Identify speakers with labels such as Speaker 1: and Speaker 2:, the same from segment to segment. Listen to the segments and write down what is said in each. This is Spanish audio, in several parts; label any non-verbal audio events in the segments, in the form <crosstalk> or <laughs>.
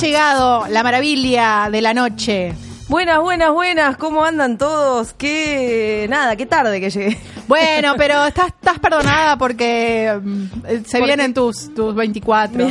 Speaker 1: llegado la maravilla de la noche.
Speaker 2: Buenas, buenas, buenas. ¿Cómo andan todos? Qué nada, qué tarde que llegué. <laughs>
Speaker 1: Bueno, pero estás, estás perdonada porque mm, eh, se
Speaker 2: ¿Por
Speaker 1: vienen tus, tus 24,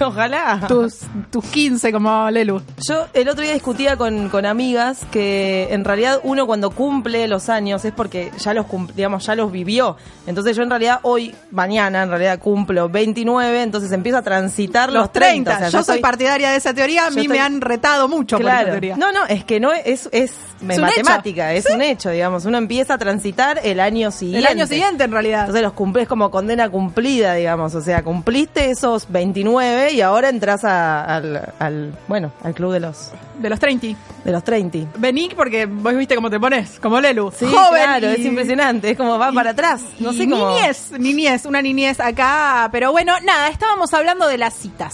Speaker 2: Ojalá.
Speaker 1: tus, tus 15 como Lelu.
Speaker 2: Yo el otro día discutía con, con amigas que en realidad uno cuando cumple los años es porque ya los cum- digamos, ya los vivió. Entonces yo en realidad hoy, mañana en realidad cumplo 29, entonces empiezo a transitar los, 30. o sea, ya
Speaker 1: Yo soy
Speaker 2: estoy-
Speaker 1: partidaria de esa teoría, a mí
Speaker 2: yo
Speaker 1: me
Speaker 2: estoy-
Speaker 1: han retado mucho por esa
Speaker 2: Claro.
Speaker 1: teoría.
Speaker 2: No, no, es que no es, es,
Speaker 1: un
Speaker 2: matemática,
Speaker 1: hecho.
Speaker 2: es un hecho, digamos. Uno empieza a transitar el año
Speaker 1: El
Speaker 2: siguiente.
Speaker 1: año siguiente en realidad.
Speaker 2: Entonces los cumplís como condena cumplida, digamos. O sea, cumpliste esos 29 y ahora entras a- al, al, bueno, al club de los,
Speaker 1: De los 30.
Speaker 2: de los 30.
Speaker 1: Vení porque vos viste cómo te pones, como Lelu.
Speaker 2: Sí,
Speaker 1: Joven
Speaker 2: claro,
Speaker 1: y-
Speaker 2: es impresionante, es como va
Speaker 1: y-
Speaker 2: para atrás. No
Speaker 1: y
Speaker 2: sé cómo.
Speaker 1: Niñez, niñez, una niñez acá. Pero bueno, nada, estábamos hablando de las citas.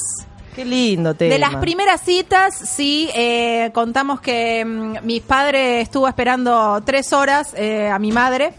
Speaker 2: Qué lindo tema.
Speaker 1: De las primeras citas, sí, eh, contamos que mm, mi padre estuvo esperando tres horas eh, a mi madre.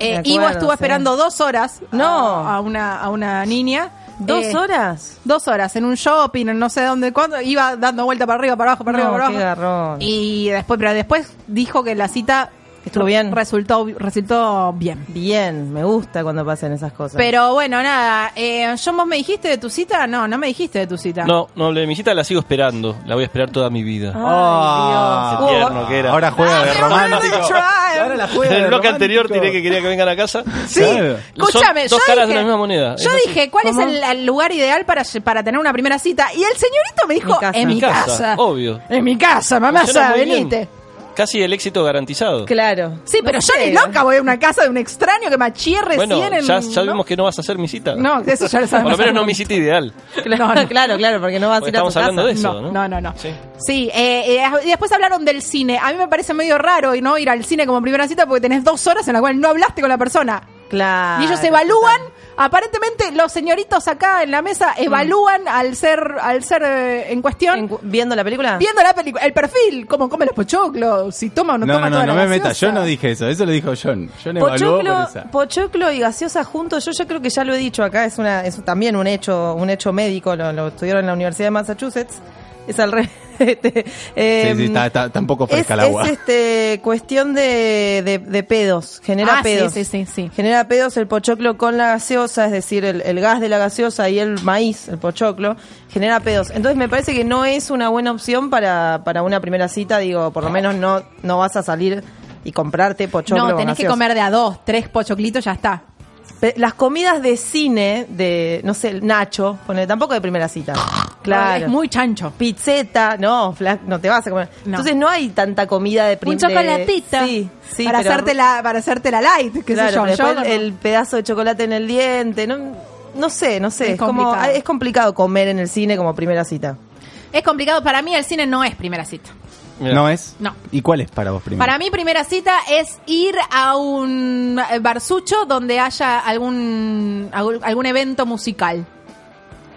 Speaker 1: Eh,
Speaker 2: Me
Speaker 1: Ivo
Speaker 2: acuerdo,
Speaker 1: estuvo
Speaker 2: sí.
Speaker 1: esperando dos horas
Speaker 2: No.
Speaker 1: a, a una, a una niña.
Speaker 2: ¿Dos
Speaker 1: Eh,
Speaker 2: horas?
Speaker 1: Dos horas en un shopping, en no sé dónde, cuándo. Iba dando vuelta para arriba, para abajo, para
Speaker 2: No,
Speaker 1: arriba, para
Speaker 2: qué
Speaker 1: abajo.
Speaker 2: garrón.
Speaker 1: Y después, pero después dijo que la cita
Speaker 2: Estuvo bien.
Speaker 1: Resultó, resultó bien.
Speaker 2: Bien, me gusta cuando pasan esas cosas.
Speaker 1: Pero bueno, nada. Eh, John, ¿vos me dijiste de tu cita? No, no me dijiste de tu cita.
Speaker 3: No, no hablé de mi cita, la sigo esperando. La voy a esperar toda mi
Speaker 1: Ah.
Speaker 3: vida.
Speaker 2: Ah, Ay, Dios.
Speaker 3: Tierno que era.
Speaker 4: Ahora juega de romántico. Ahora la
Speaker 3: <laughs>
Speaker 4: juega
Speaker 3: en el
Speaker 4: de
Speaker 3: bloque
Speaker 4: romántico.
Speaker 3: anterior tiré que quería que vengan a casa.
Speaker 4: Sí. Claro.
Speaker 3: Son
Speaker 1: Escúchame,
Speaker 3: dos
Speaker 1: yo
Speaker 3: caras de
Speaker 1: dije-
Speaker 3: la misma moneda.
Speaker 1: Yo
Speaker 3: Entonces-
Speaker 1: dije, ¿cuál es
Speaker 2: ¿Cómo?
Speaker 1: el, el lugar ideal para, lle- para tener una primera cita? Y el señorito me dijo,
Speaker 2: Mi casa.
Speaker 1: en mi
Speaker 3: Mi
Speaker 1: casa.
Speaker 3: casa, obvio.
Speaker 1: En mi casa, mamá,
Speaker 3: Funciona muy bien.
Speaker 1: venite.
Speaker 3: Casi el éxito garantizado.
Speaker 2: Claro.
Speaker 1: Sí,
Speaker 2: No
Speaker 1: pero yo
Speaker 2: sé.
Speaker 1: ni loca voy a una casa de un extraño que me achie recién
Speaker 3: Bueno,
Speaker 1: en...
Speaker 3: ya, ya
Speaker 1: ¿no?
Speaker 3: vimos que no vas a hacer mi cita.
Speaker 1: No, eso ya lo
Speaker 3: Por
Speaker 1: sabemos.
Speaker 3: lo menos no mi cita ideal.
Speaker 2: <laughs> Claro, claro, claro, porque no vas a
Speaker 3: Porque
Speaker 2: ir a tu
Speaker 3: estamos
Speaker 2: casa.
Speaker 3: hablando de eso,
Speaker 1: No,
Speaker 3: ¿no?
Speaker 1: no, no, no. Sí,
Speaker 3: Sí.
Speaker 1: eh, eh, y después hablaron del cine. A mí me parece medio raro y no ir al cine como primera cita porque tenés dos horas en la cual no hablaste con la persona.
Speaker 2: Claro.
Speaker 1: Y ellos evalúan, aparentemente los señoritos acá en la mesa evalúan al ser al ser eh, Mm. en cuestión
Speaker 2: En cu- viendo la película.
Speaker 1: viendo la película, el perfil, cómo come los pochoclos, si toma o no,
Speaker 4: No,
Speaker 1: toma
Speaker 4: no, no,
Speaker 1: toda
Speaker 4: no
Speaker 1: la
Speaker 4: me metas.
Speaker 1: gaseosa.
Speaker 4: Yo no dije eso. Eso lo dijo John. John evaluó por
Speaker 2: Pochoclo,
Speaker 4: esa.
Speaker 2: Pochoclo y gaseosa juntos, yo ya creo que ya lo he dicho acá, es una es también un hecho un hecho médico, lo, lo estudiaron en la Universidad de Massachusetts. Es al revés. <laughs> Este,
Speaker 4: Sí,
Speaker 2: em,
Speaker 4: sí, está, está- tampoco
Speaker 2: es,
Speaker 4: fresca el agua.
Speaker 2: es, este cuestión de, de- de pedos, genera
Speaker 1: Ah, sí,
Speaker 2: pedos.
Speaker 1: sí, sí, sí.
Speaker 2: Genera pedos el pochoclo con la gaseosa, es decir, el, el gas de la gaseosa y el maíz, el pochoclo, genera pedos. Entonces me parece que no es una buena opción para, para una primera cita, digo, por lo menos no, no vas a salir y comprarte pochoclo.
Speaker 1: No,
Speaker 2: con
Speaker 1: tenés que
Speaker 2: gaseosa.
Speaker 1: comer de a dos, tres pochoclitos, ya está.
Speaker 2: Pe- Las comidas de cine, de, no sé, el Nacho, pone, tampoco de primera cita. Claro.
Speaker 1: Es muy chancho.
Speaker 2: Pizzeta, no, fla- no te vas a comer.
Speaker 1: No.
Speaker 2: Entonces no hay tanta comida de
Speaker 1: Un
Speaker 2: primera
Speaker 1: chocolatito.
Speaker 2: Sí, sí.
Speaker 1: para,
Speaker 2: pero-
Speaker 1: hacerte la, para hacerte la light, qué
Speaker 2: claro,
Speaker 1: sé yo.
Speaker 2: pero
Speaker 1: yo
Speaker 2: después
Speaker 1: no-
Speaker 2: el, el pedazo de chocolate en el diente, no, no sé, no sé.
Speaker 1: Es
Speaker 2: Es, como,
Speaker 1: complicado.
Speaker 2: es complicado comer en el cine como primera cita.
Speaker 1: Es complicado. Para mí el cine no es primera cita.
Speaker 3: Mirá.
Speaker 4: ¿No eh. es?
Speaker 1: No.
Speaker 4: ¿Y cuál es para vos primero?
Speaker 1: Para mí primera cita es ir a un eh, barsucho donde haya algún, algún algún evento musical.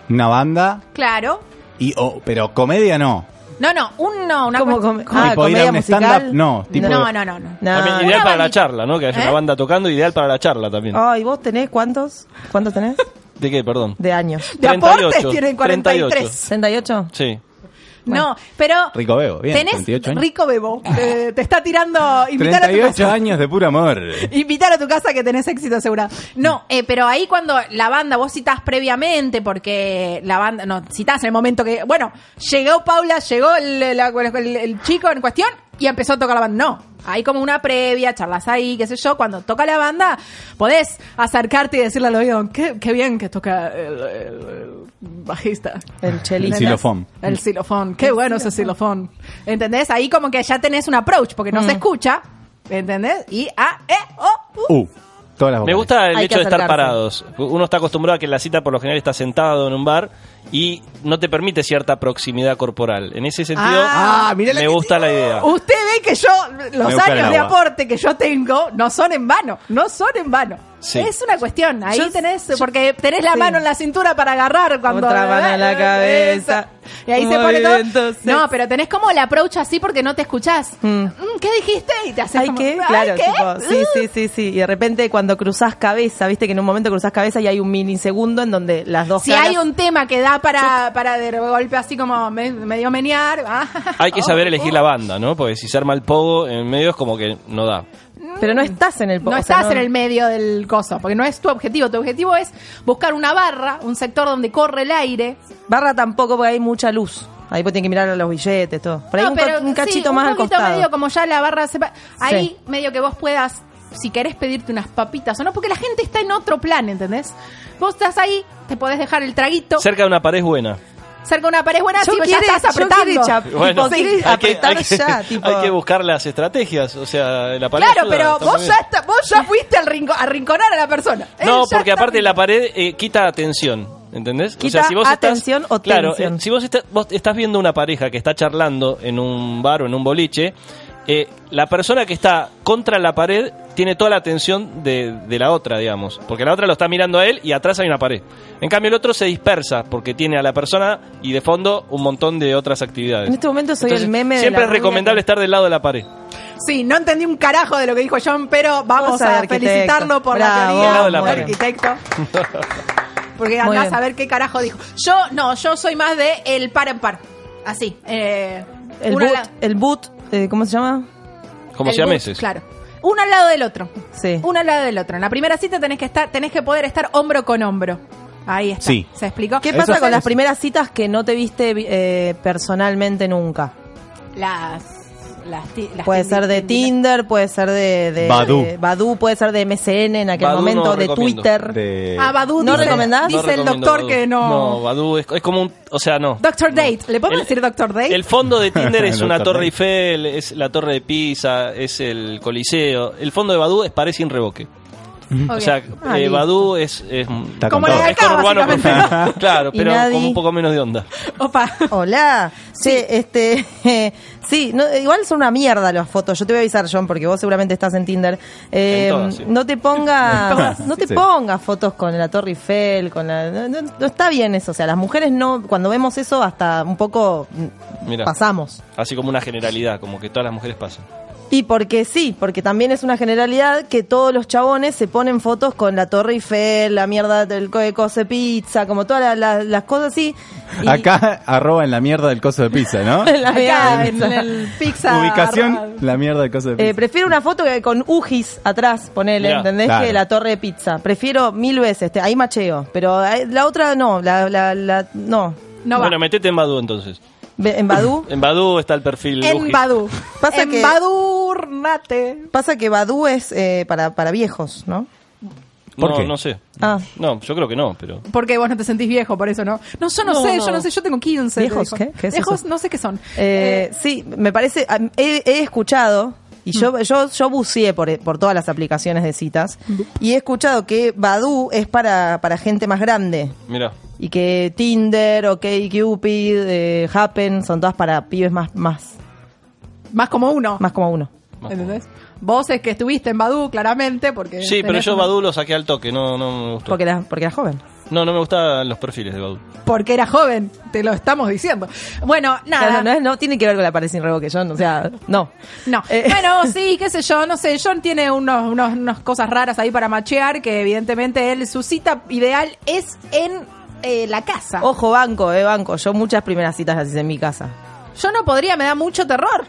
Speaker 4: Una banda
Speaker 1: Claro.
Speaker 4: y oh, pero comedia no.
Speaker 1: No, no, un no, una
Speaker 2: Como
Speaker 1: cuestión-
Speaker 2: com- Ah,
Speaker 4: tipo ir a
Speaker 2: comedia
Speaker 4: un
Speaker 2: musical.
Speaker 4: stand-up, no. Tipo,
Speaker 1: No, no, no, no.
Speaker 2: No.
Speaker 3: También
Speaker 2: Ah,
Speaker 3: ideal
Speaker 1: una
Speaker 3: para la
Speaker 1: bandita.
Speaker 3: charla, ¿no? Que haya
Speaker 1: ¿Eh? Oh.
Speaker 3: una banda tocando, ideal para la charla también.
Speaker 2: Ay, ¿vos tenés cuántos? ¿Cuántos tenés?
Speaker 3: ¿De qué, perdón?
Speaker 2: De años.
Speaker 1: De
Speaker 3: 38,
Speaker 1: aportes tienen 43.
Speaker 3: 38.
Speaker 2: ¿68?
Speaker 3: Sí.
Speaker 1: No, pero
Speaker 4: Rico Bebo, bien,
Speaker 1: tenés
Speaker 4: 38 años. Ah.
Speaker 1: rico bebo. Eh, Te, te está tirando invitar a tu
Speaker 4: 38
Speaker 1: casa.
Speaker 4: años de puro amor.
Speaker 1: Invitar a tu casa que tenés éxito asegurado. No, eh, pero ahí cuando la banda, vos citás previamente, porque la banda, no, citás en el momento que, bueno, llegó Paula, llegó el, la- el- el chico en cuestión y empezó a tocar la banda. No, hay como una previa, charlas ahí, qué sé yo. Cuando toca la banda, podés acercarte y decirle al oído, qué, qué bien que toca el, el- el bajista.
Speaker 2: El
Speaker 4: El
Speaker 2: chelito.
Speaker 4: xilofón.
Speaker 1: El xilofón. Qué bueno ese xilofón. Mm. ¿Entendés? Ahí como que ya tenés un approach porque no se escucha. ¿Entendés? Y A, E, O, U.
Speaker 4: Uh, todas las
Speaker 3: Me
Speaker 4: vocales.
Speaker 3: gusta el
Speaker 2: Hay que
Speaker 3: hecho de estar
Speaker 2: acercarse.
Speaker 3: parados. Uno está acostumbrado a que en la cita por lo general está sentado en un bar y no te permite cierta proximidad corporal. En ese sentido,
Speaker 1: Ah,
Speaker 4: mirá la
Speaker 3: me
Speaker 4: que Uh.
Speaker 3: gusta la idea.
Speaker 1: Usted ve que yo, los
Speaker 4: Me busca el
Speaker 1: años de
Speaker 4: agua.
Speaker 1: aporte que yo tengo no son en vano. No son en vano.
Speaker 3: Sí.
Speaker 1: Es una cuestión, ahí
Speaker 2: Yo-
Speaker 1: tenés, porque tenés la
Speaker 2: sí.
Speaker 1: mano en la cintura para agarrar cuando...
Speaker 2: Otra mano en la cabeza.
Speaker 1: Y ahí se
Speaker 2: Muy
Speaker 1: pone todo...
Speaker 2: bien, entonces.
Speaker 1: No, pero tenés como el approach así porque no te escuchás.
Speaker 2: Mm.
Speaker 1: Mm, ¿Qué dijiste? Y te haces
Speaker 2: ¿Hay
Speaker 1: como,
Speaker 2: que?
Speaker 1: "Ay,
Speaker 2: Claro,
Speaker 1: ¿qué?
Speaker 2: tipo,
Speaker 1: <laughs>
Speaker 2: sí, sí, sí, sí. Y de repente cuando cruzás cabeza, viste que en un momento cruzás cabeza y hay un milisegundo en donde las dos
Speaker 1: Si
Speaker 2: caras-
Speaker 1: hay un tema que da para, para de golpe así como me- medio menear... <laughs> ah,
Speaker 3: Hay que
Speaker 1: oh,
Speaker 3: saber elegir
Speaker 1: oh.
Speaker 3: la banda, ¿no? Porque si se arma el pogo en medio es como que no da.
Speaker 2: Pero no estás en el... po-
Speaker 1: No
Speaker 2: o sea,
Speaker 1: estás en el medio del coso, porque no es tu objetivo. Tu objetivo es buscar una barra, un sector donde corre el aire.
Speaker 2: Barra tampoco porque hay mucha luz. Ahí vos tenés que mirar a los billetes, todo. Por ahí
Speaker 1: No,
Speaker 2: un, co-
Speaker 1: pero
Speaker 2: un cachito
Speaker 1: sí,
Speaker 2: más
Speaker 1: un
Speaker 2: al
Speaker 1: poquito
Speaker 2: costado.
Speaker 1: medio como ya la barra sepa- Ahí
Speaker 2: Sí.
Speaker 1: medio que vos puedas, si querés pedirte unas papitas o no, porque la gente está en otro plan, ¿entendés? Vos estás ahí, te podés dejar el traguito cerca,
Speaker 3: Cerca de una pared es buena.
Speaker 1: de una pared buena,
Speaker 2: Yo
Speaker 1: así vos ya
Speaker 2: quiere-
Speaker 1: estás
Speaker 2: yo
Speaker 1: apretando.
Speaker 2: quiere chap-
Speaker 3: Bueno,
Speaker 2: tipo, quiere
Speaker 3: hay que-
Speaker 2: apretar
Speaker 3: <laughs> hay que-
Speaker 2: ya, tipo.
Speaker 3: hay que buscar las estrategias, o sea, la pared
Speaker 1: Claro,
Speaker 3: ayuda,
Speaker 1: pero
Speaker 3: está muy
Speaker 1: vos
Speaker 3: bien.
Speaker 1: ya, está- vos ya fuiste al rincón, a rinconar a la persona. Él
Speaker 3: No,
Speaker 1: ya
Speaker 3: porque
Speaker 1: está-
Speaker 3: aparte la pared eh, quita atención. ¿Entendés?
Speaker 2: Quita atención o
Speaker 3: claro,
Speaker 2: tensión.
Speaker 3: eh, si vos, está- vos estás viendo una pareja que está charlando en un bar o en un boliche, eh, la persona que está contra la pared tiene toda la atención de, de la otra, digamos. Porque la otra lo está mirando a él y atrás hay una pared. En cambio, el otro se dispersa porque tiene a la persona y de fondo un montón de otras actividades.
Speaker 2: En este momento soy
Speaker 3: Entonces,
Speaker 2: el meme de
Speaker 3: Siempre
Speaker 2: la
Speaker 3: es
Speaker 2: rubia
Speaker 3: recomendable
Speaker 2: que-
Speaker 3: estar del lado de la pared.
Speaker 1: Sí, no entendí un carajo de lo que dijo John, pero vamos
Speaker 2: Cosa de
Speaker 1: a
Speaker 2: arquitecto.
Speaker 1: felicitarlo por la
Speaker 2: Bravo,
Speaker 1: teoría
Speaker 3: Del lado de la
Speaker 1: del
Speaker 3: pared.
Speaker 2: <laughs>
Speaker 1: arquitecto. Porque
Speaker 2: Muy
Speaker 1: andás
Speaker 2: bien.
Speaker 1: a ver qué carajo dijo. Yo, no, yo soy más de el par en par. Así. Eh,
Speaker 2: El
Speaker 1: uno
Speaker 2: boot,
Speaker 1: al la-
Speaker 2: el boot eh, ¿cómo se llama?
Speaker 3: Como
Speaker 1: el
Speaker 3: si a
Speaker 1: boot,
Speaker 3: meses.
Speaker 1: Claro. Uno al lado del otro.
Speaker 2: Sí.
Speaker 1: Uno al lado del otro. En la primera cita tenés que estar, tenés que poder estar hombro con hombro. Ahí está.
Speaker 4: Sí.
Speaker 1: ¿Se explicó?
Speaker 2: ¿Qué
Speaker 4: Eso
Speaker 2: pasa
Speaker 4: sí.
Speaker 2: con las primeras citas que no te viste eh, personalmente nunca?
Speaker 1: Las. Las, ti- las
Speaker 2: Puede
Speaker 1: tindi-
Speaker 2: ser de
Speaker 1: tindi-
Speaker 2: Tinder, puede ser de, de
Speaker 4: Badoo.
Speaker 2: de Badoo, puede ser de MSN en aquel
Speaker 3: Badoo no
Speaker 2: momento, de
Speaker 3: recomiendo.
Speaker 2: Twitter.
Speaker 4: De-
Speaker 1: Ah, Badu
Speaker 2: ¿No
Speaker 1: dice,
Speaker 2: recomendás?
Speaker 1: dice
Speaker 3: No
Speaker 1: el
Speaker 3: recomiendo
Speaker 1: doctor
Speaker 3: Badoo.
Speaker 1: que no.
Speaker 3: No, Badu es, es como un. O sea, no.
Speaker 1: Doctor Date. ¿Le podemos
Speaker 3: El-
Speaker 1: decir Doctor Date?
Speaker 3: El fondo de Tinder es una
Speaker 4: Doctor
Speaker 3: torre
Speaker 4: Date.
Speaker 3: Eiffel, es la torre de Pisa, es el Coliseo. El fondo de Badú es París sin revoque. O
Speaker 1: Ok.
Speaker 3: sea,
Speaker 2: Ah,
Speaker 3: eh,
Speaker 2: listo.
Speaker 3: Badú es, es un-
Speaker 4: Está Como con la todo.
Speaker 1: de acá,
Speaker 3: es conurbano
Speaker 1: básicamente,
Speaker 3: profundo. Claro,
Speaker 2: Y
Speaker 3: pero
Speaker 2: nadie-
Speaker 3: con un poco menos de onda.
Speaker 1: Opa.
Speaker 2: Hola. Sí, este. <laughs> eh, sí, no, igual son una mierda las fotos. Yo te voy a avisar, John, porque vos seguramente estás en Tinder. Eh,
Speaker 3: En todas, sí.
Speaker 2: No te pongas.
Speaker 3: <laughs>
Speaker 4: todas.
Speaker 2: No te
Speaker 4: Sí.
Speaker 2: pongas fotos con la Torre Eiffel, con la. No, no- no está bien eso. O sea, las mujeres no. Cuando vemos eso, hasta un poco mm,
Speaker 3: Mirá.
Speaker 2: pasamos.
Speaker 3: Así como una generalidad, como que todas las mujeres pasan.
Speaker 2: Y porque sí, porque también es una generalidad que todos los chabones se ponen fotos con la Torre Eiffel, la mierda del co- de cose pizza, como todas la- la- las cosas así. Y-
Speaker 4: Acá arroba en la mierda del coso de pizza,
Speaker 1: <laughs>
Speaker 2: <laughs>
Speaker 4: ¿no?
Speaker 2: la mierda
Speaker 1: Acá
Speaker 2: de
Speaker 1: en
Speaker 2: pizza.
Speaker 1: el pizza.
Speaker 4: Ubicación, la mierda del coso de
Speaker 2: Eh,
Speaker 4: pizza.
Speaker 2: prefiero una foto que con UGIS atrás, ponele,
Speaker 3: Mirá.
Speaker 2: ¿entendés?
Speaker 4: Claro.
Speaker 2: Que la torre de pizza. Prefiero mil veces, te- ahí macheo. Pero eh, la otra no, la, la, la- no.
Speaker 1: No va.
Speaker 3: bueno, metete en Badú entonces.
Speaker 2: Ve- En
Speaker 3: <laughs>
Speaker 2: Badú.
Speaker 3: En Badú está el perfil.
Speaker 1: en
Speaker 3: Ujis.
Speaker 1: Badu.
Speaker 2: Pasa
Speaker 1: en
Speaker 2: que-
Speaker 1: Badurnate.
Speaker 2: Pasa que Badú es eh, para, para viejos, ¿no?
Speaker 4: ¿Por
Speaker 3: no,
Speaker 4: qué?
Speaker 3: no sé.
Speaker 2: Ah.
Speaker 3: No, yo creo que no, pero.
Speaker 1: Porque vos no te sentís viejo, por eso no. No, yo no,
Speaker 2: No,
Speaker 1: sé,
Speaker 2: no.
Speaker 1: yo no sé, yo tengo 15.
Speaker 2: ¿Viejos?
Speaker 1: te dijo.
Speaker 2: ¿Qué? ¿Qué es
Speaker 1: Viejos,
Speaker 2: eso?
Speaker 1: no sé qué son.
Speaker 2: Eh, sí, me parece, ah, he, he escuchado, y yo, yo, yo buceé por, por todas las aplicaciones de citas, y he escuchado que Badú es para, para gente más grande.
Speaker 3: Mira.
Speaker 2: Y que Tinder, OkCupid, eh, Happen, son todas para pibes más, más,
Speaker 1: Más como uno.
Speaker 2: más como uno.
Speaker 1: ¿Entendés? Vos es que estuviste en Badu, claramente, porque.
Speaker 3: Sí, pero
Speaker 1: tenés
Speaker 3: yo
Speaker 1: Eh, una-
Speaker 3: Badú lo saqué al toque, no, no me gustó.
Speaker 2: Porque era, porque era joven.
Speaker 3: No, no me gustaban los perfiles de Badú.
Speaker 1: Porque era joven, te lo estamos diciendo. Bueno, nada.
Speaker 2: Claro, no, es- no tiene que ver con la pared sin revoque, yo no, o sea, no.
Speaker 1: No,
Speaker 2: Eh,
Speaker 1: bueno, sí, qué sé yo, no sé, John tiene unos, unos, unas cosas raras ahí para machear, que evidentemente él, su cita ideal es en eh, la casa.
Speaker 2: Ojo, banco, eh, banco. Yo muchas primeras citas las hice en mi casa.
Speaker 1: Yo no podría, me da mucho terror.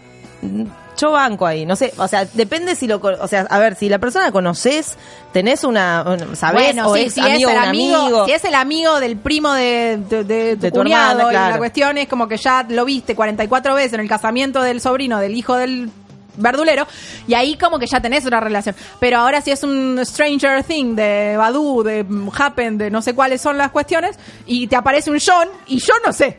Speaker 2: Yo banco ahí, no sé, o sea, depende si lo, co- o sea, a ver, si la persona conoces, tenés una, un- sabés
Speaker 1: Bueno,
Speaker 2: o
Speaker 1: sí,
Speaker 2: es
Speaker 1: si es
Speaker 2: amigo de
Speaker 1: el
Speaker 2: un
Speaker 1: amigo,
Speaker 2: amigo.
Speaker 1: si es el amigo del primo de, de- de tu
Speaker 2: De tu
Speaker 1: cuñado,
Speaker 2: hermana,
Speaker 1: y
Speaker 2: claro.
Speaker 1: la cuestión es como que ya lo viste 44 veces en el casamiento del sobrino, del hijo del verdulero, y ahí como que ya tenés una relación. Pero ahora si es un Stranger Thing de Badu, de mm, Happen, de no sé cuáles son las cuestiones, y te aparece un John, y yo no sé.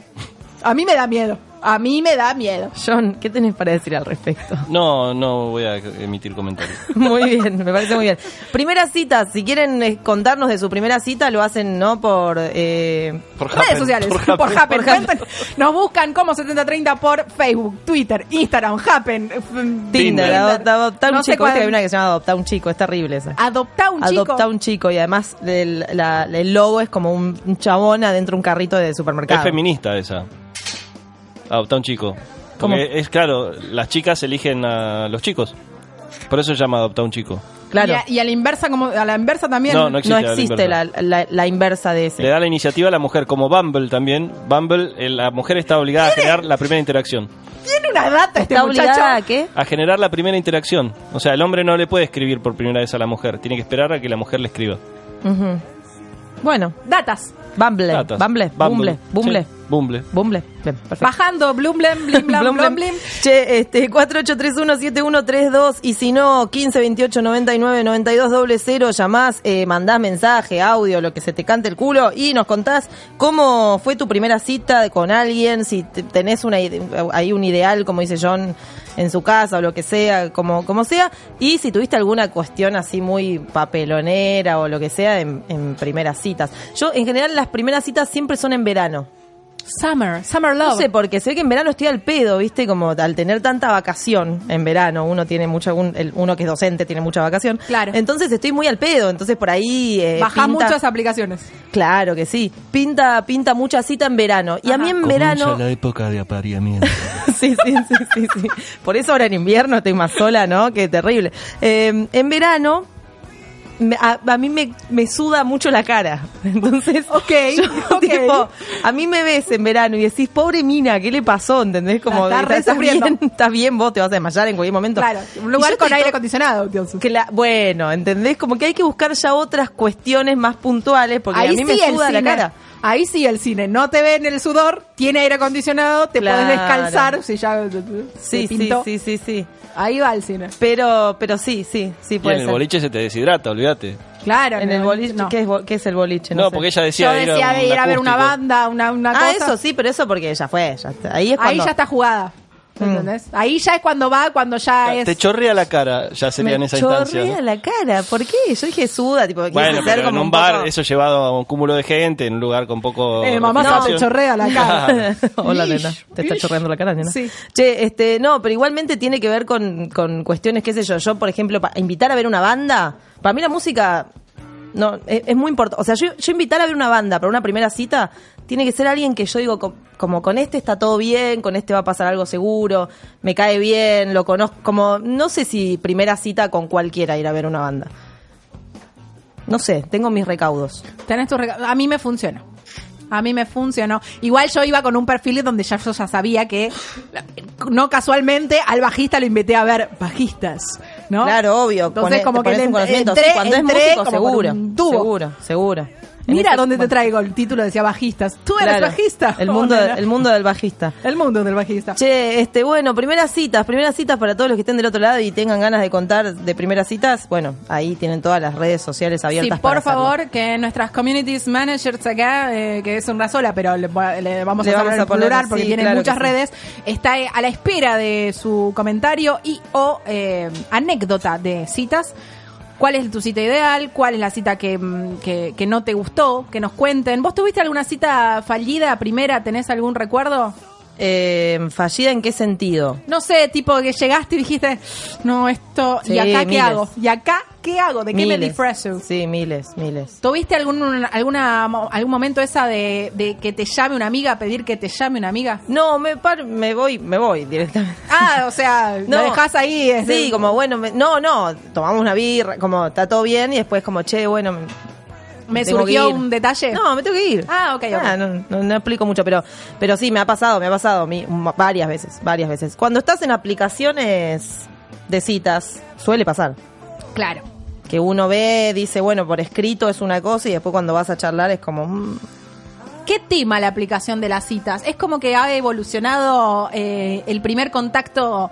Speaker 1: A mí me da miedo. A mí me da miedo.
Speaker 2: John, ¿qué tenés para decir al respecto? <laughs>
Speaker 3: No, no voy a emitir comentarios.
Speaker 2: Muy bien, me parece muy bien. Primera cita, si quieren eh, contarnos de su primera cita, lo hacen, ¿no? Por... eh,
Speaker 3: Por
Speaker 1: Redes
Speaker 3: Happen,
Speaker 1: sociales, por Happen.
Speaker 2: Por Happen.
Speaker 1: Cuenten- Nos buscan como 7030 por Facebook, Twitter, Instagram, Happen, eh, f-
Speaker 2: Tinder, adopta, adopta un
Speaker 1: No sé
Speaker 2: chico. Viste
Speaker 1: cuál-
Speaker 2: que hay una que se llama Adopta un chico, es terrible esa.
Speaker 1: Adopta un chico.
Speaker 2: Adopta un chico y además el, la- el logo es como un, un chabón adentro de un carrito de supermercado.
Speaker 3: Es feminista esa. Adopta un chico. Porque
Speaker 2: ¿Cómo?
Speaker 3: es claro, las chicas eligen a los chicos. Por eso se llama adopta un chico.
Speaker 2: Claro.
Speaker 1: Y, a, y a la inversa como a la inversa también.
Speaker 3: No, no
Speaker 2: no
Speaker 3: la
Speaker 2: existe la,
Speaker 3: inversa.
Speaker 2: la- la inversa de ese.
Speaker 3: Le da la iniciativa a la mujer, como Bumble también. Bumble, eh, la mujer está obligada a generar la primera interacción.
Speaker 1: Tiene una data este
Speaker 2: ¿Está
Speaker 1: muchacho.
Speaker 2: obligada a qué?
Speaker 3: A generar la primera interacción. O sea, el hombre no le puede escribir por primera vez a la mujer. Tiene que esperar a que la mujer le escriba.
Speaker 2: Ujú. Bueno,
Speaker 1: Datas.
Speaker 2: Bumble,
Speaker 3: Datas.
Speaker 2: Bumble, Bumble, Bumble,
Speaker 3: Sí, Bumble.
Speaker 2: Bumble. Bien, perfecto.
Speaker 1: Bajando, blum, blem, blim, blam,
Speaker 2: Blum,
Speaker 1: blom,
Speaker 2: blum.
Speaker 1: blim.
Speaker 2: Che, este, 4831-7132 y si no, 1528-99-9200, llamás, eh, mandás mensaje, audio, lo que se te cante el culo y nos contás cómo fue tu primera cita con alguien, si te- tenés una, ide- ahí un ideal, como dice John, en su casa o lo que sea, como, como sea, y si tuviste alguna cuestión así muy papelonera o lo que sea en, en primeras citas. Yo, en general, las primeras citas siempre son en verano.
Speaker 1: Summer, summer love.
Speaker 2: No sé, porque se ve que en verano estoy al pedo, ¿viste? Como al tener tanta vacación en verano, uno tiene mucha, un- el- uno que es docente tiene mucha vacación.
Speaker 1: Claro.
Speaker 2: Entonces estoy muy al pedo, entonces por ahí. Eh,
Speaker 1: Bajá
Speaker 2: pinta-
Speaker 1: muchas aplicaciones.
Speaker 2: Claro que sí. Pinta, pinta mucha cita en verano. Y a mí en verano.
Speaker 3: época de apareamiento.
Speaker 2: <laughs> sí, sí, sí, sí, sí. Por eso ahora en invierno estoy más sola, ¿no? Qué terrible. Eh, en verano. me- a, a mí me, me suda mucho la cara. <laughs> Entonces,
Speaker 1: Ok,
Speaker 2: yo,
Speaker 1: ok.
Speaker 2: tipo, a mí me ves en verano y decís, pobre mina, ¿qué le pasó? ¿Entendés? Como,
Speaker 1: La está re
Speaker 2: estás
Speaker 1: sufriendo.
Speaker 2: bien, estás bien, vos te vas a desmayar en cualquier momento.
Speaker 1: Claro, un
Speaker 2: Y
Speaker 1: lugar
Speaker 2: yo
Speaker 1: con
Speaker 2: estoy
Speaker 1: aire
Speaker 2: to-
Speaker 1: acondicionado. Dios.
Speaker 2: Cla- bueno, ¿entendés? Como que hay que buscar ya otras cuestiones más puntuales, porque a mí me
Speaker 1: el
Speaker 2: suda la
Speaker 1: cine.
Speaker 2: cara.
Speaker 1: Ahí sí el cine, no te ven el sudor, tiene aire acondicionado, te
Speaker 2: Claro.
Speaker 1: podés descalzar si ya
Speaker 2: Sí,
Speaker 1: se
Speaker 2: sí,
Speaker 1: pintó.
Speaker 2: sí, sí, sí.
Speaker 1: Ahí va el cine.
Speaker 2: Pero, pero sí, sí, sí
Speaker 3: Y
Speaker 2: puede
Speaker 3: en el
Speaker 2: ser.
Speaker 3: boliche se te deshidrata, olvídate.
Speaker 1: Claro.
Speaker 2: En el boliche,
Speaker 1: no.
Speaker 2: ¿qué, es, bo- qué es el boliche?
Speaker 3: No,
Speaker 2: sé.
Speaker 3: porque ella decía
Speaker 1: Yo
Speaker 3: de ir a
Speaker 1: decía de
Speaker 3: un
Speaker 1: ir a ver una
Speaker 3: acústico.
Speaker 1: banda, una, una
Speaker 2: Ah,
Speaker 1: cosa.
Speaker 2: eso sí, pero eso porque ya fue. ya está. Ahí es
Speaker 1: Ahí
Speaker 2: cuando-
Speaker 1: ya está jugada. ¿Entendés? Ahí ya es cuando va, cuando ya es.
Speaker 3: Mm. Te chorrea la cara, ya
Speaker 2: Me
Speaker 3: sería en esa instancia.
Speaker 2: chorrea
Speaker 3: ¿no?
Speaker 2: la cara. ¿Por qué? Yo dije suda, tipo, quise
Speaker 3: Bueno,
Speaker 2: ser
Speaker 3: pero en
Speaker 2: como
Speaker 3: un bar,
Speaker 2: poco-
Speaker 3: eso llevado a un cúmulo de gente, en un lugar con poco.
Speaker 1: Eh, mamá,
Speaker 3: refrigeración.
Speaker 1: se te chorrea
Speaker 3: <laughs>
Speaker 1: la cara.
Speaker 2: <laughs> Hola,
Speaker 1: Ish,
Speaker 2: nena. Te está
Speaker 1: ish.
Speaker 2: chorreando la cara, nena.
Speaker 1: Sí.
Speaker 2: Che, este, no, pero igualmente tiene que ver con, con cuestiones, qué sé yo. Yo, por ejemplo, para invitar a ver una banda, para mí la música no e, es, es muy importante. O sea, yo, yo invitar a ver una banda para una primera cita tiene que ser alguien que yo digo, co- como con este está todo bien, con este va a pasar algo seguro, me cae bien, lo conozco. Como, no sé si primera cita con cualquiera ir a ver una banda. No sé, tengo mis recaudos.
Speaker 1: Tenés tu regalo. A mí me funcionó. A mí me funcionó. Igual yo iba con un perfil donde ya yo ya sabía que, la- no casualmente, al bajista lo invité a ver bajistas, ¿no?
Speaker 2: Claro, obvio.
Speaker 1: Entonces,
Speaker 2: pone-
Speaker 1: como
Speaker 2: te
Speaker 1: que
Speaker 2: pones
Speaker 1: le
Speaker 2: un conocimiento.
Speaker 1: entré-
Speaker 2: Sí, cuando
Speaker 1: entré
Speaker 2: es músico,
Speaker 1: como por
Speaker 2: seguro.
Speaker 1: un tubo.
Speaker 2: Seguro, seguro. En
Speaker 1: Mira
Speaker 2: ese-
Speaker 1: dónde te
Speaker 2: bueno,
Speaker 1: traigo el título, decía bajistas. Tú eres
Speaker 2: claro,
Speaker 1: bajista.
Speaker 2: El
Speaker 1: Oh,
Speaker 2: mundo,
Speaker 1: nena.
Speaker 2: el mundo del bajista.
Speaker 1: El mundo del bajista.
Speaker 2: Che, este, bueno, primeras citas, primeras citas para todos los que estén del otro lado y tengan ganas de contar de primeras citas, bueno, ahí tienen todas las redes sociales
Speaker 1: Sí,
Speaker 2: abiertas. para
Speaker 1: por
Speaker 2: hacerlo.
Speaker 1: favor, que nuestras communities managers acá, eh, que es una sola, pero le, le vamos
Speaker 2: Le
Speaker 1: a,
Speaker 2: vamos
Speaker 1: poner
Speaker 2: a
Speaker 1: en
Speaker 2: poner,
Speaker 1: plural porque
Speaker 2: sí,
Speaker 1: tiene
Speaker 2: claro que
Speaker 1: muchas
Speaker 2: sí.
Speaker 1: redes, está eh, a la espera de su comentario y o eh, anécdota de citas. ¿Cuál es tu cita ideal? ¿Cuál es la cita que, mm, que, que no te gustó? Que nos cuenten. ¿Vos tuviste alguna cita fallida primera? ¿Tenés algún recuerdo?
Speaker 2: Eh, ¿Fallida en qué sentido?
Speaker 1: No sé, tipo que llegaste y dijiste, no, esto,
Speaker 2: Sí,
Speaker 1: ¿y acá qué
Speaker 2: miles.
Speaker 1: hago? ¿Y acá qué hago? ¿De qué me
Speaker 2: Miles.
Speaker 1: disfrazo?
Speaker 2: Sí, miles, miles.
Speaker 1: ¿Tuviste algún, alguna, algún momento esa de, de que te llame una amiga, pedir que te llame una amiga?
Speaker 2: No, me, par- me voy, me voy directamente.
Speaker 1: Ah, o
Speaker 2: <laughs>
Speaker 1: sea, lo dejás ahí. es-
Speaker 2: Sí, como bueno, me- no, no, tomamos una birra, como está todo bien y después como, che, bueno. me-
Speaker 1: ¿Me
Speaker 2: tengo que
Speaker 1: surgió
Speaker 2: ir.
Speaker 1: un detalle?
Speaker 2: No, me tengo que ir.
Speaker 1: Ah, ok, ok.
Speaker 2: no, no, no explico mucho, pero, pero sí, me ha pasado, me ha pasado mi- m- varias veces, varias veces. Cuando estás en aplicaciones de citas, suele pasar.
Speaker 1: Claro.
Speaker 2: Que uno ve, dice, bueno, por escrito es una cosa y después cuando vas a charlar es como... mm,
Speaker 1: ¿Qué tema la aplicación de las citas? Es como que ha evolucionado eh, el primer contacto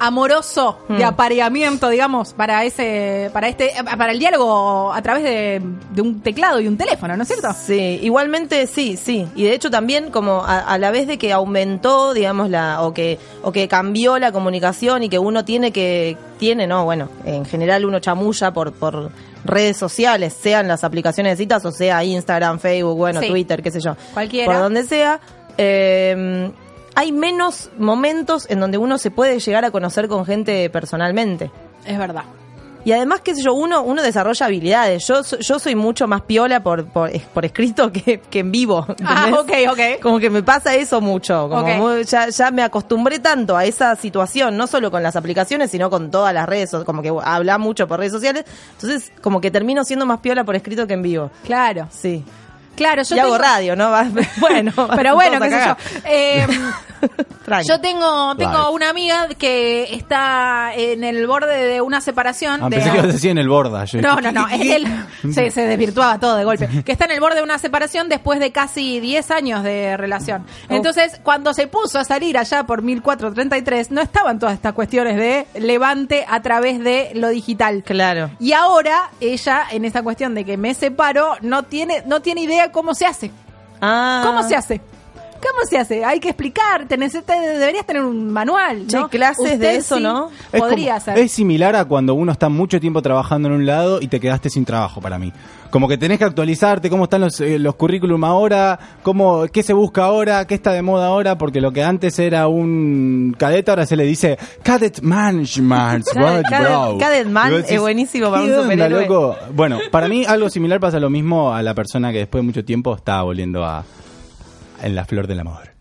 Speaker 1: amoroso de
Speaker 2: Mm.
Speaker 1: apareamiento, digamos, para ese, para este, para el diálogo a través de, de un teclado y un teléfono, ¿no es cierto?
Speaker 2: Sí, igualmente sí, sí. Y de hecho también como a, a la vez de que aumentó, digamos, la, o que, o que cambió la comunicación y que uno tiene que, tiene, no, bueno, en general uno chamulla por, por redes sociales, sean las aplicaciones de citas o sea Instagram, Facebook, bueno,
Speaker 1: Sí.
Speaker 2: Twitter, qué sé yo.
Speaker 1: Cualquiera.
Speaker 2: Por donde sea. eh, hay menos momentos en donde uno se puede llegar a conocer con gente personalmente.
Speaker 1: Es verdad.
Speaker 2: Y además, qué sé yo, uno, uno desarrolla habilidades. Yo, so- yo soy mucho más piola por, por, por escrito <laughs> que, que en vivo.
Speaker 1: Ah, ok,
Speaker 2: ¿entendés?
Speaker 1: ok.
Speaker 2: Como que me pasa eso mucho. Como
Speaker 1: Ok.
Speaker 2: muy- ya, ya me acostumbré tanto a esa situación, no solo con las aplicaciones, sino con todas las redes. so- Como que habla mucho por redes sociales. Entonces, como que termino siendo más piola por escrito que en vivo.
Speaker 1: Claro.
Speaker 2: Sí.
Speaker 1: Claro, yo
Speaker 2: y hago
Speaker 1: tengo-
Speaker 2: radio, ¿no? <laughs> Va-
Speaker 4: <laughs>
Speaker 2: bueno.
Speaker 1: Pero bueno,
Speaker 2: vamos a
Speaker 1: qué sé
Speaker 2: cagar.
Speaker 1: yo. Eh,
Speaker 2: Tranqui.
Speaker 1: Yo tengo, tengo
Speaker 4: Claro.
Speaker 1: una amiga que está en el borde de una separación.
Speaker 4: Ah,
Speaker 1: de-
Speaker 4: pensé que ibas a decir en el borda. Yo
Speaker 1: No,
Speaker 4: dije,
Speaker 1: no, no. Él
Speaker 4: <laughs>
Speaker 1: se, se desvirtuaba todo de golpe. Que está en el borde de una separación después de casi 10 años de relación.
Speaker 4: Oh.
Speaker 1: Entonces, cuando se puso a salir allá por 1433, no estaban todas estas cuestiones de levante a través de lo digital.
Speaker 2: Claro.
Speaker 1: Y ahora ella, en esta cuestión de que me separo, no tiene, no tiene idea cómo se hace.
Speaker 2: Ah.
Speaker 1: ¿Cómo se hace? ¿Cómo se hace? Hay que explicar, tenés- te- deberías tener un manual.
Speaker 2: Che,
Speaker 1: ¿no?
Speaker 2: clases
Speaker 1: Usted
Speaker 2: de eso,
Speaker 1: sí
Speaker 2: ¿no?
Speaker 4: Es como-
Speaker 1: Podría ser.
Speaker 4: Es similar a cuando uno está mucho tiempo trabajando en un lado y te quedaste sin trabajo para mí. Como que tenés que actualizarte, cómo están los, eh, los currículum ahora, cómo, qué se busca ahora, qué está de moda ahora, porque lo que antes era un cadete ahora se le dice cadet management,
Speaker 2: Cadet-
Speaker 4: right,
Speaker 2: cadet-
Speaker 4: bro".
Speaker 2: cadet man
Speaker 4: Y vos decís,
Speaker 2: es buenísimo para
Speaker 4: "¿Qué
Speaker 2: un
Speaker 4: onda,
Speaker 2: superhéroe?".
Speaker 4: loco? Bueno, para mí algo similar pasa lo mismo a la persona que después de mucho tiempo está volviendo a en la flor del amor.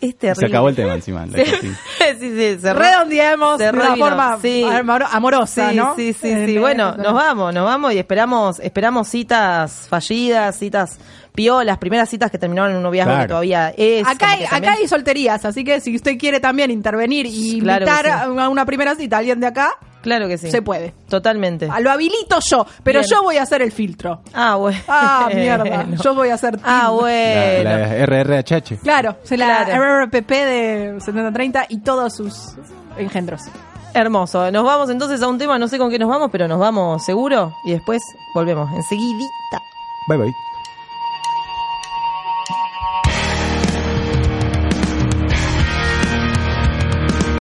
Speaker 2: Es terrible.
Speaker 4: Se acabó el tema encima. la cosa, sí.
Speaker 2: <laughs> sí, sí, se re-
Speaker 1: Redondeemos de
Speaker 2: se
Speaker 1: una
Speaker 2: revino,
Speaker 1: forma
Speaker 2: sí.
Speaker 1: amor- amorosa,
Speaker 2: Sí,
Speaker 1: ¿no? Eh,
Speaker 2: sí, sí,
Speaker 1: En-
Speaker 2: sí.
Speaker 1: en
Speaker 2: Bueno,
Speaker 1: esta
Speaker 2: nos
Speaker 1: zona.
Speaker 2: vamos, nos vamos y esperamos, esperamos citas fallidas, citas piolas, primeras citas que terminaron en un noviazgo
Speaker 4: Claro.
Speaker 2: que todavía es.
Speaker 1: Acá
Speaker 2: como
Speaker 1: hay,
Speaker 2: que
Speaker 1: acá
Speaker 2: también-
Speaker 1: hay solterías, así que si usted quiere también intervenir y
Speaker 2: Claro que
Speaker 1: invitar
Speaker 2: sí.
Speaker 1: a una primera cita a alguien de acá,
Speaker 2: Claro que sí.
Speaker 1: se puede.
Speaker 2: Totalmente.
Speaker 1: Ah, Lo habilito yo, pero
Speaker 2: Bien.
Speaker 1: yo voy a hacer el
Speaker 2: <laughs>
Speaker 1: filtro.
Speaker 2: Ah, bueno.
Speaker 1: Ah,
Speaker 2: <laughs>
Speaker 1: mierda. Yo voy a hacer
Speaker 2: Ah,
Speaker 1: Tinder.
Speaker 2: bueno.
Speaker 4: La, la RRHH.
Speaker 1: Claro, se la
Speaker 2: Claro.
Speaker 1: RRPP de 7030 y todos sus engendros.
Speaker 2: Hermoso. Nos vamos entonces a un tema, no sé con qué nos vamos, pero nos vamos seguro y después volvemos enseguidita.
Speaker 4: Bye bye.